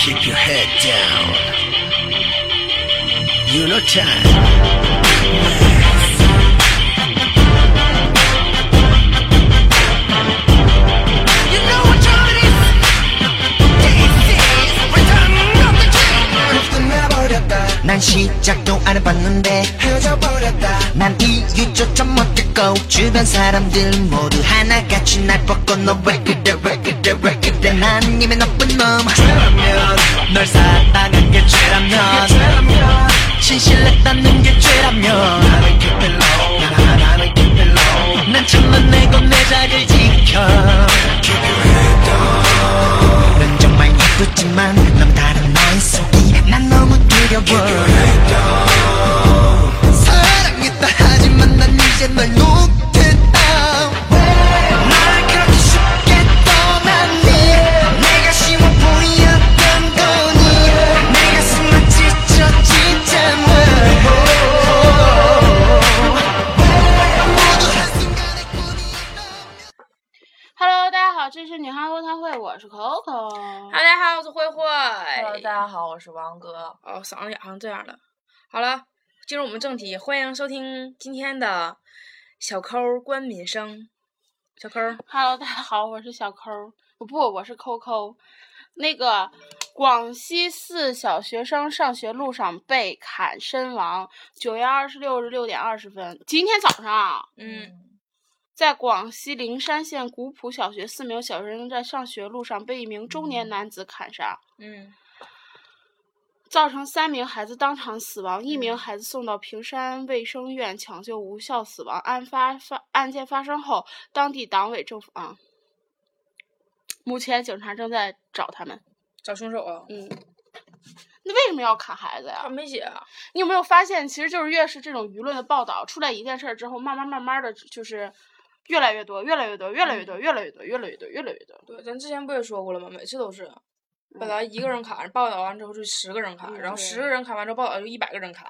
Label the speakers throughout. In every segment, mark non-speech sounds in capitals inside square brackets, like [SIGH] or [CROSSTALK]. Speaker 1: Keep your head down. You know time.
Speaker 2: You know what time it is? This is return of the king.
Speaker 3: 끝나버렸다
Speaker 4: 난 시작도 안 해봤는데
Speaker 3: 헤어져버렸다
Speaker 4: 난 이유조차 못 듣고 주변 사람들 모두 하나같이 날 벗고 너 왜 그래 왜 그래 왜 그래 난 이미 나쁜 놈 죄라면 널 사랑한 게 죄라면 죄라면 진실했다는 게 죄라면 나는 keep it low 나는 keep it low 난 천만 내고 내 자리를 지켜 넌 정말 예쁘지만 넌 다른 너의 속이 난 너무 두려워 사랑했다 하지만 난 이제 널 욕했다 왜날 그렇게 쉽게 떠났니 내가 쉬워 보였던 거니 내 가슴은 지쳐 진짜
Speaker 5: Hello，大家好，这是女汉卧谈会，我是 Coco。
Speaker 6: 大家好，我是慧慧。
Speaker 7: Hello，大家好，我是王哥。
Speaker 6: 哦，嗓子哑成这样了。好了，进入我们正题，欢迎收听今天的小抠关敏生。小抠，
Speaker 5: Hello，大家好，我是小抠儿，不不，我是抠抠。那个广西四小学生上学路上被砍身亡，九月二十六日六点二十分，今天早上啊，
Speaker 6: 嗯，
Speaker 5: 在广西灵山县古朴小学，四名小学生在上学路上被一名中年男子砍杀，
Speaker 6: 嗯，
Speaker 5: 造成三名孩子当场死亡，一名孩子送到平山卫生院抢救无效死亡。案发发案件发生后，当地党委政府啊，目前警察正在找他们。
Speaker 6: 找凶手啊？
Speaker 5: 嗯，那为什么要砍孩子
Speaker 6: 他
Speaker 5: 呀？
Speaker 6: 没写啊。
Speaker 5: 你有没有发现，其实就是越是这种舆论的报道出来一件事儿之后，慢慢慢慢的就是越来越多，越来越多，越来越多，越来越多，越来越多，越来越多。
Speaker 6: 对，咱之前不也说过了吗？每次都是，本来一个人砍，报道完之后就十个人砍，
Speaker 5: 嗯
Speaker 6: 然后
Speaker 5: 对
Speaker 6: 十个人砍完之后报道就一百个人砍。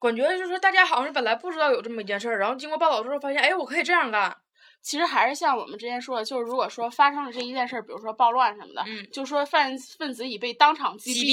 Speaker 6: 感觉就是说大家好像是本来不知道有这么一件事儿，然后经过报道之后发现，哎，我可以这样干。
Speaker 5: 其实还是像我们之前说的，就是如果说发生了这一件事儿，比如说暴乱什么的，
Speaker 6: 嗯
Speaker 5: 就说犯分子已被当场击
Speaker 6: 击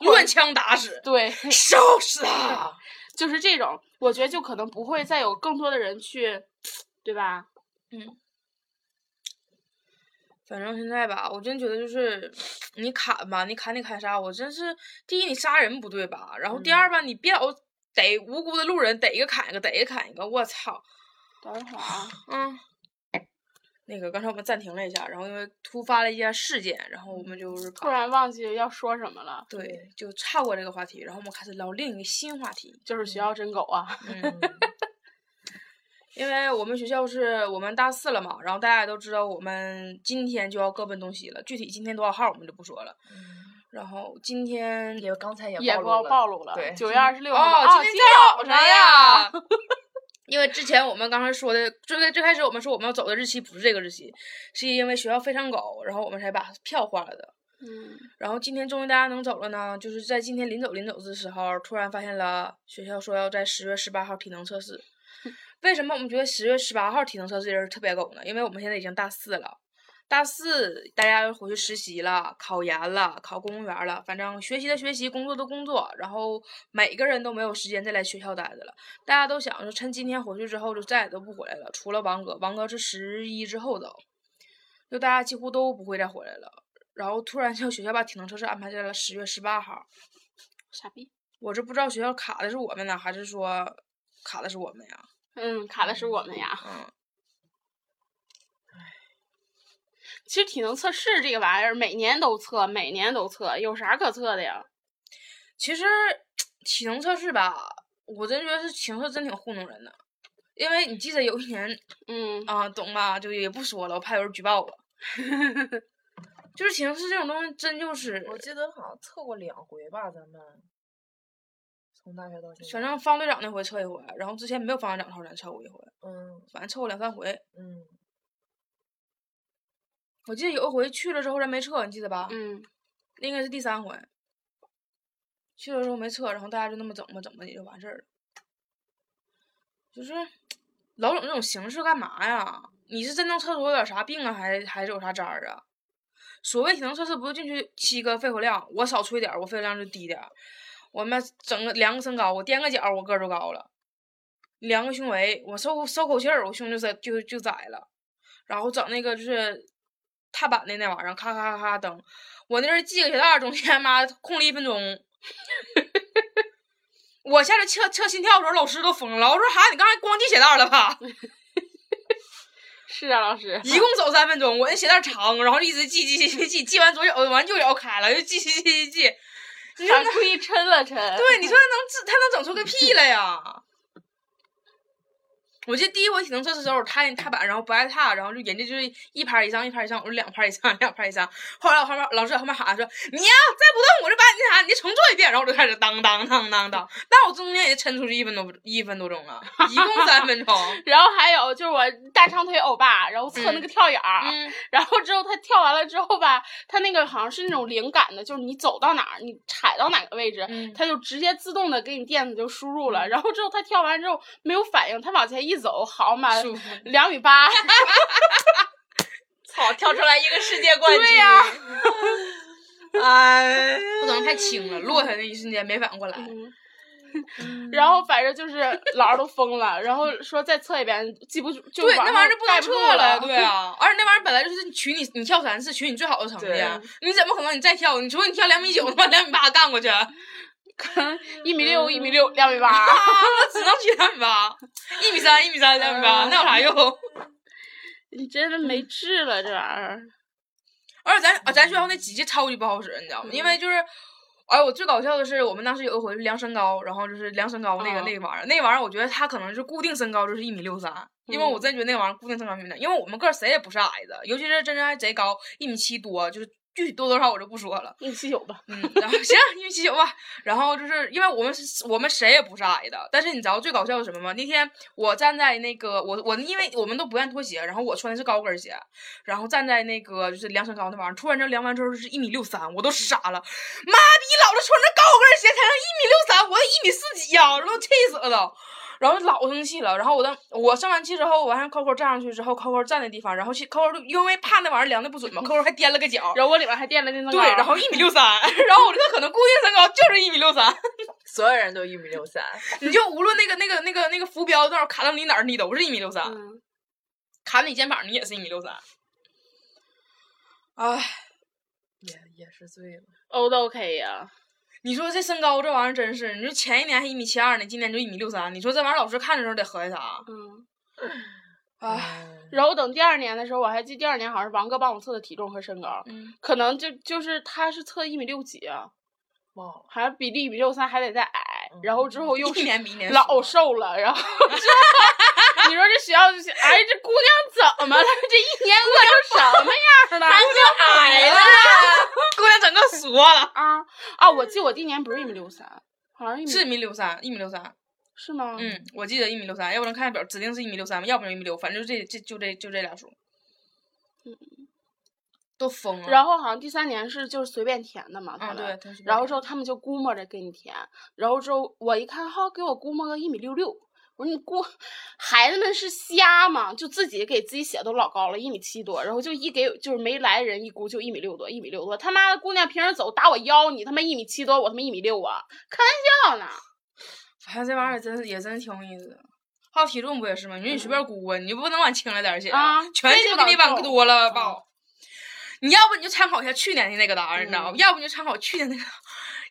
Speaker 5: 毙，
Speaker 6: 毙，乱枪打死，
Speaker 5: 对， [LAUGHS]
Speaker 6: 收拾
Speaker 5: 啊
Speaker 6: 他。
Speaker 5: 就是这种，我觉得就可能不会再有更多的人去，对吧？
Speaker 6: 反正现在吧，我真觉得就是你砍吧，你砍你砍啥？我真是第一，你杀人不对吧？然后第
Speaker 5: 嗯
Speaker 6: 二吧，你别老逮无辜的路人，逮一个砍一个，逮一个砍一个，我操！
Speaker 5: 等一会儿啊，
Speaker 6: 嗯，那个刚才我们暂停了一下，然后因为突发了一件事件，然后我们就是
Speaker 5: 突然忘记要说什么了，
Speaker 6: 对就岔过这个话题，然后我们开始聊另一个新话题。
Speaker 5: 就是学校真狗啊，
Speaker 6: 嗯，因为我们学校是我们大四了嘛，然后大家也都知道我们今天就要各奔东西了，具体今天多少号我们就不说了。然后今天
Speaker 7: 嗯也刚
Speaker 6: 嗯
Speaker 7: 才也
Speaker 5: 也暴
Speaker 7: 暴露
Speaker 5: 暴
Speaker 7: 了
Speaker 5: 露了
Speaker 7: 对，
Speaker 5: 九月二十六号，
Speaker 6: 哦，
Speaker 5: 今
Speaker 6: 今天早
Speaker 5: 天
Speaker 6: 上呀。 [LAUGHS] 因为之前我们刚才说的，最最最开始我们说我们要走的日期不是这个日期，是因为学校非常狗，然后我们才把票换了的。
Speaker 5: 嗯，
Speaker 6: 然后今天终于大家能走了呢，就是在今天临走临走的时候，突然发现了学校说要在十月十八号体能测试。为什么我们觉得十月十八号体能测试的人特别狗呢？因为我们现在已经大四了，大四大家要回去实习了，考研了，考公务员了，反正学习的学习，工作的工作，然后每个人都没有时间再来学校待着了。大家都想着趁今天回去之后就再也都不回来了，除了王哥，王哥是十一之后走，就大家几乎都不会再回来了。然后突然就学校把体能测试安排在了十月十八号，
Speaker 5: 傻逼，
Speaker 6: 我这不知道学校卡的是我们呢，还是说卡的是我们呀？
Speaker 5: 嗯，卡的是我们呀。
Speaker 6: 嗯，
Speaker 5: 其实体能测试这个玩意儿，每年都测，每年都测，有啥可测的呀？
Speaker 6: 其实体能测试吧，我真觉得是体能测试真挺糊弄人的，因为你记得有一年
Speaker 5: 嗯，
Speaker 6: 啊、懂吧？就也不说了，我怕有人举报我。 [LAUGHS] 就是体能测试这种东西，真就是
Speaker 7: 我记得好像测过两回吧，咱们从大学到现在，
Speaker 6: 反正方队长那回测一回，然后之前没有方队长的时候咱测过一回，
Speaker 7: 嗯
Speaker 6: 反正测过两三回。
Speaker 7: 嗯，
Speaker 6: 我记得有一回去了之后咱没测，你记得吧？
Speaker 5: 嗯，
Speaker 6: 那应该是第三回。去的时候没测，然后大家就那么整吧整吧也就完事儿了。就是老整这种形式干嘛呀？你是真弄厕所有点啥病啊，还还是有啥灾儿啊？所谓体能测试，不就进去七个肺活量，我少出一点儿，我肺活量就低点儿。我们整个量个身高，我踮个脚儿，我个儿就高了。量个胸围，我收收口气儿，我胸就窄就就窄了。然后整那个就是踏板的那玩意儿，咔咔咔咔蹬。我那阵儿系个鞋带儿，中间妈空了一分钟。我下来测测心跳的时候，老师都疯了。老师说：“孩子，你刚才光系鞋带儿了吧？”
Speaker 5: 是啊，老师，
Speaker 6: 一共走三分钟，我那鞋带长，然后一直系系系系系，系完左脚完右脚开了，又系系系系系。你说
Speaker 5: 还
Speaker 6: 那
Speaker 5: 故意抻了抻。。
Speaker 6: 对，你说他能治他能整出个屁来呀？ [LAUGHS] 我记得第一回体能测试的时候，踏那踏板，然后不爱踏，然后就人家就是一拍以上，一拍以上，我就两拍以上， [LAUGHS] 两拍以上。后来我后面老师在后面喊说：“你呀、再不动，我就把你那啥，你再重做一遍。”然后我就开始当当当当当，但我中间也抻出去一分多一分多钟了，一共三分钟
Speaker 5: 然后还有就是我大长腿欧巴，然后测那
Speaker 6: 嗯
Speaker 5: 个跳远儿，
Speaker 6: [LAUGHS] 嗯，
Speaker 5: 然后之后他跳完了之后吧，他那个好像是那种灵感的，就是你走到哪儿，你踩到哪个位置，
Speaker 6: 嗯
Speaker 5: 他就直接自动的给你电子就输入了。然后之后他跳完之后没有反应，他往前一走，好嘛，
Speaker 6: 舒服。
Speaker 5: 两米
Speaker 6: [LAUGHS]
Speaker 5: 八，
Speaker 6: 操，跳出来一个世界冠军！
Speaker 5: 对呀
Speaker 6: [LAUGHS] 哎，不能太轻了，落下那一瞬间没反应过来。
Speaker 5: 然后反正就是老师都疯了，然后说再测一遍，记不住就
Speaker 6: 对，
Speaker 5: 往
Speaker 6: 那
Speaker 5: 后
Speaker 6: 玩意儿就不
Speaker 5: 带
Speaker 6: 能
Speaker 5: 住 [LAUGHS]
Speaker 6: 撤
Speaker 5: 了，
Speaker 6: 对啊，而且那玩意儿本来就是取你你跳三次取你最好的成绩啊，你怎么可能你再跳？你除非你跳两米九，他妈两米八干
Speaker 5: [LAUGHS]
Speaker 6: 过去，啊，
Speaker 5: 一米六，
Speaker 6: 嗯
Speaker 5: 一米六，两米八。
Speaker 6: 那只能取两米八，一米三，一米三，两米
Speaker 5: 嗯
Speaker 6: 八，那有
Speaker 5: [LAUGHS]
Speaker 6: 啥用？ [LAUGHS]
Speaker 5: 你真的
Speaker 6: 嗯
Speaker 5: 没治了这玩意儿，
Speaker 6: 而且咱啊，咱学校那机器超级不好使，你知道吗？因为
Speaker 5: 嗯
Speaker 6: 就是，哎，我最搞笑的是，我们当时有一回量身高，然后就是量身高那个、
Speaker 5: 嗯
Speaker 6: 那个玩意儿，那玩意儿我觉得它可能是固定身高就是一米六三，因为
Speaker 5: 嗯
Speaker 6: 我真觉得那玩意儿固定身高一米三，因为我们个儿谁也不是矮子，尤其是真正还贼高，一米七多，就是具体多多少少我就不说了。
Speaker 5: 一米七九吧。
Speaker 6: 嗯，然后 [LAUGHS] 行，一米七九吧。然后就是因为我们是我们谁也不是矮的，但是你知道最搞笑的是什么吗？那天我站在那个我我因为我们都不愿拖鞋，然后我穿的是高跟鞋，然后站在那个就是量身高那玩意儿，突然就量完之后是一米六三，我都傻了，妈逼，老子穿着高跟鞋才能一米六三，我一米四几呀、我都气死了都。然后老生气了，然后我当我生完气之后，我让 Coco 站上去之后，Coco 站那地方，然后去 Coco 就因为怕那玩意儿量的不准嘛，Coco 还颠了个脚，
Speaker 5: 然后我里面还垫了那层
Speaker 6: 对，然 [LAUGHS] 后一米六三，然后我这个可能固定身高就是一米六三， [LAUGHS]
Speaker 7: 所有人都一米六三，
Speaker 6: 你就无论那个那个那个那个浮标多少卡到你哪儿，你都是一米六三、
Speaker 5: 嗯
Speaker 6: 卡你肩膀你也是一米六三。唉，
Speaker 7: 也也是醉了。
Speaker 5: ，O 哦都 OK 呀、
Speaker 6: 你说这身高这玩意儿真是，你说前一年还一米七二呢，今年就一米六三，你说这玩意儿老师看的时候得合计啥？
Speaker 5: 嗯。
Speaker 6: 唉，
Speaker 5: 然后等第二年的时候，我还记得第二年好像是王哥帮我测的体重和身高，
Speaker 6: 嗯
Speaker 5: 可能就就是他是测一米六几啊，
Speaker 7: 忘了，
Speaker 5: 好像比例一米六三还得再矮，然后之后又
Speaker 6: 哦嗯一年比一年
Speaker 5: 老
Speaker 6: 瘦
Speaker 5: 瘦了，然后 [LAUGHS] 你说这学校就想，哎，这姑娘怎么了？这一年饿成什么样了？
Speaker 6: [LAUGHS] 矮了，姑娘整个俗了，
Speaker 5: 啊啊！我记得我第一年不是一米六三，好像一米
Speaker 6: 是一米六三，一米六三。
Speaker 5: 是吗？
Speaker 6: 嗯，我记得一米六三，要不然看下表，指定是一米六三，要不然一米六，反正就这这就这就这俩数。都疯了。
Speaker 5: 嗯然后好像第三年是就是随便填的嘛，
Speaker 6: 啊，
Speaker 5: 他们
Speaker 6: 对，他是
Speaker 5: 然后之
Speaker 6: 说
Speaker 5: 后他们就估摸着给你填，然后之后我一看，哈，给我估摸个一米六六，我说你估，孩子们是瞎吗？就自己给自己写都老高了，一米七多，然后就一给就是没来人一估就一米六多，一米六多，他妈的姑娘平时走打我腰，你他妈一米七多，我他妈一米六啊，开玩笑呢，
Speaker 6: 反哎正这玩意儿真是也真是挺有意思的。还有体重不也是吗？你说你随便估啊，你就不能往轻了点儿写
Speaker 5: 嗯啊
Speaker 6: 全
Speaker 5: 非
Speaker 6: 都
Speaker 5: 得
Speaker 6: 给你
Speaker 5: 往
Speaker 6: 往
Speaker 5: 重
Speaker 6: 多了吧
Speaker 5: 啊？
Speaker 6: 你要不你就参考一下去年的那个答案，你知道吗？
Speaker 5: 嗯
Speaker 6: 要不你就参考去年那个，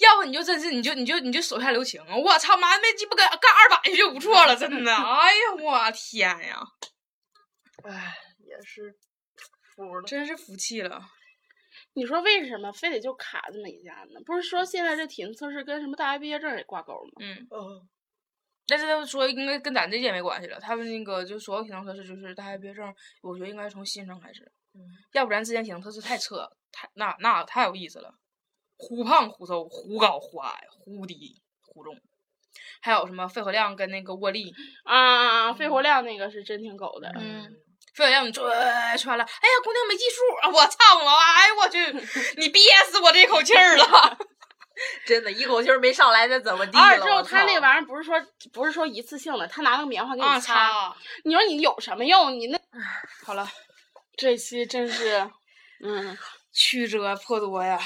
Speaker 6: 要不你就真是你就你就你就手下留情啊！我操妈，没鸡巴干干二百就不错了，
Speaker 5: [LAUGHS]
Speaker 6: 真的。哎呀，我天呀，
Speaker 7: 唉，也是服了。
Speaker 6: 真是服气了。
Speaker 5: 你说为什么非得就卡这么一下呢？不是说现在这体能测试跟什么大学毕业证也挂钩吗？
Speaker 6: 嗯，
Speaker 7: 嗯，
Speaker 6: 但是他们说应该跟咱这届没关系了，他们那个就所有体能测试就是大学毕业证，我觉得应该从新生开始，要不然之前体能测试太扯，太那那太有意思了，忽胖忽瘦，忽高忽矮，忽低忽重，还有什么肺活量跟那个握力，
Speaker 5: 啊啊啊！肺活量那个是真挺狗的，
Speaker 6: 嗯，非得让你穿穿了，哎呀， [LAUGHS] 姑娘没记数，啊我操我，哎呦我去，你憋死我这口气儿了。
Speaker 8: 真的，一口气儿没上来，那怎么地了？
Speaker 6: 啊
Speaker 5: 二之后
Speaker 8: 我
Speaker 5: 他那
Speaker 8: 操
Speaker 5: 玩意儿不是说不是说一次性的，他拿那个棉花给
Speaker 6: 啊
Speaker 5: 你擦，
Speaker 6: 操！
Speaker 5: 你说你有什么用？你那
Speaker 6: 好了，
Speaker 5: 这期真是，嗯，
Speaker 6: 曲折颇多呀。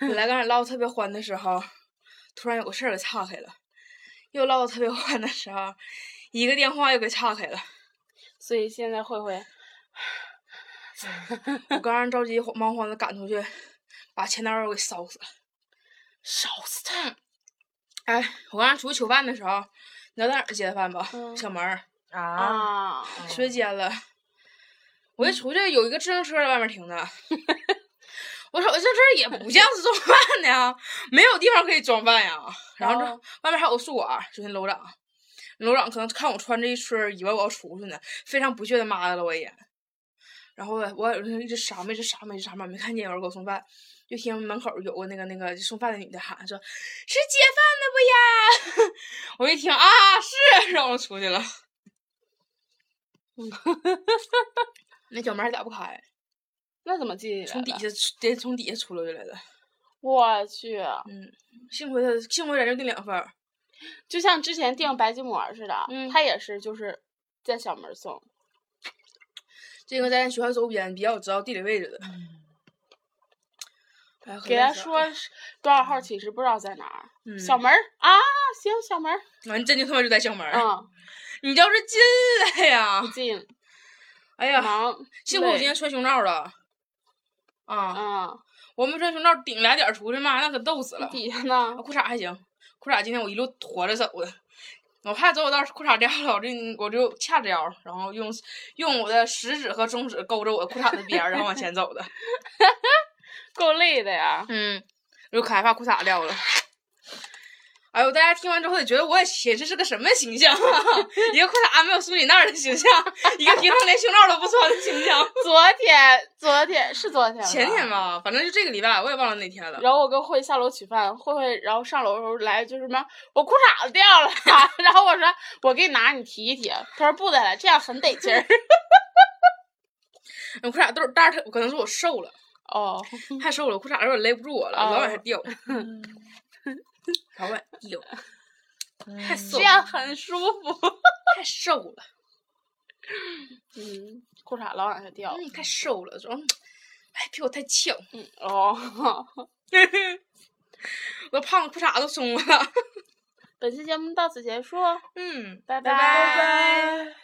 Speaker 6: 本来刚才唠得特别欢的时候，突然有个事儿给岔开了；又唠得特别欢的时候，一个电话又给岔开了。
Speaker 5: 所以现在慧慧
Speaker 6: 我刚让着急慌忙慌的赶出去，把钱袋儿给烧死了。
Speaker 5: 烧死他，
Speaker 6: 哎，我刚让出去求饭的时候，你知道在哪儿接的饭吧？
Speaker 5: 嗯
Speaker 6: 小门儿
Speaker 7: 啊，
Speaker 5: 啊！
Speaker 6: 学尖了。我一出去有一个自行车在外面停着， [LAUGHS] 我说我这这也不像是装扮的呀，没有地方可以装扮呀。然后这
Speaker 5: 哦
Speaker 6: 外面还有个宿管儿，就是那楼长，楼长可能看我穿这一身儿以为我要出去呢，非常不屑的骂了我一眼。然后我我一直傻嘛，一直傻嘛，一直傻嘛，没看见有人给我送饭，就听门口有个那个那个送饭的女的喊说：“是接饭的不呀？” [LAUGHS] 我一听啊，是，然后我出去了。那小门还打不开，
Speaker 5: 那怎么进去
Speaker 6: 从
Speaker 5: 来
Speaker 6: 底
Speaker 5: 的
Speaker 6: 下出得从底下出溜下来的。
Speaker 5: 我去，
Speaker 6: 嗯幸亏他幸亏咱这定两分儿，
Speaker 5: 就像之前订白吉馍似的，
Speaker 6: 嗯
Speaker 5: 他也是就是在小门送，
Speaker 6: 这个在学校周边比较知道地理位置的。哎
Speaker 5: 嗯给他，说是多少
Speaker 6: 嗯
Speaker 5: 号寝室不知道在哪儿，小门儿啊，行，小门儿，
Speaker 6: 完、你真就他妈就在校门儿、
Speaker 5: 嗯，
Speaker 6: 你要是进来呀， [LAUGHS]
Speaker 5: 进
Speaker 6: 哎呀，
Speaker 5: 忙，
Speaker 6: 幸亏我
Speaker 5: 累
Speaker 6: 今天穿胸罩了。啊、
Speaker 5: 嗯，
Speaker 6: 我没穿胸罩，顶俩点儿出去嘛，那可逗死了。啊
Speaker 5: 底下
Speaker 6: [LAUGHS]
Speaker 5: 呢
Speaker 6: 裤衩还行，裤衩今天我一路驮着走的，我怕走我道裤衩掉了，我就我就掐着腰，然后用用我的食指和中指勾着我裤衩的边儿，然后往前走的。
Speaker 5: 够累的呀，
Speaker 6: 嗯，我就可害怕裤衩掉了。哎呦，大家听完之后得觉得我也写这是个什么形象啊？一个裤衩没有松紧带儿的形象，一个平常连胸罩都不穿的
Speaker 5: [LAUGHS]
Speaker 6: 形象。
Speaker 5: 昨天昨天是昨天吧
Speaker 6: 前天。吧，反正就这个礼拜，我也忘了哪天了。
Speaker 5: 然后我跟慧下楼取饭，慧慧然后上楼的时候来就是什么，我裤衩子掉了， [LAUGHS] 然后我说我给你拿，你提一提。她说不得了，这样很得 [LAUGHS] 劲儿。
Speaker 6: 我裤衩都是带儿特，可能是我瘦了，
Speaker 5: 哦，
Speaker 6: 太瘦了，裤衩有点勒不住我了，老往下
Speaker 5: [LAUGHS]
Speaker 6: 掉，老往下掉，太瘦
Speaker 5: 嗯这
Speaker 6: 了，
Speaker 5: 样很舒服。 [LAUGHS]
Speaker 6: 太瘦了，
Speaker 5: 嗯，裤衩老往下掉。
Speaker 6: 嗯，太瘦了，主要，哎，屁股太翘，
Speaker 5: 嗯，哦。 [LAUGHS]
Speaker 6: 我胖子裤衩都松了， [LAUGHS]
Speaker 5: 本期节目到此结束，
Speaker 6: 嗯，
Speaker 5: 拜
Speaker 6: 拜
Speaker 5: 拜
Speaker 6: 拜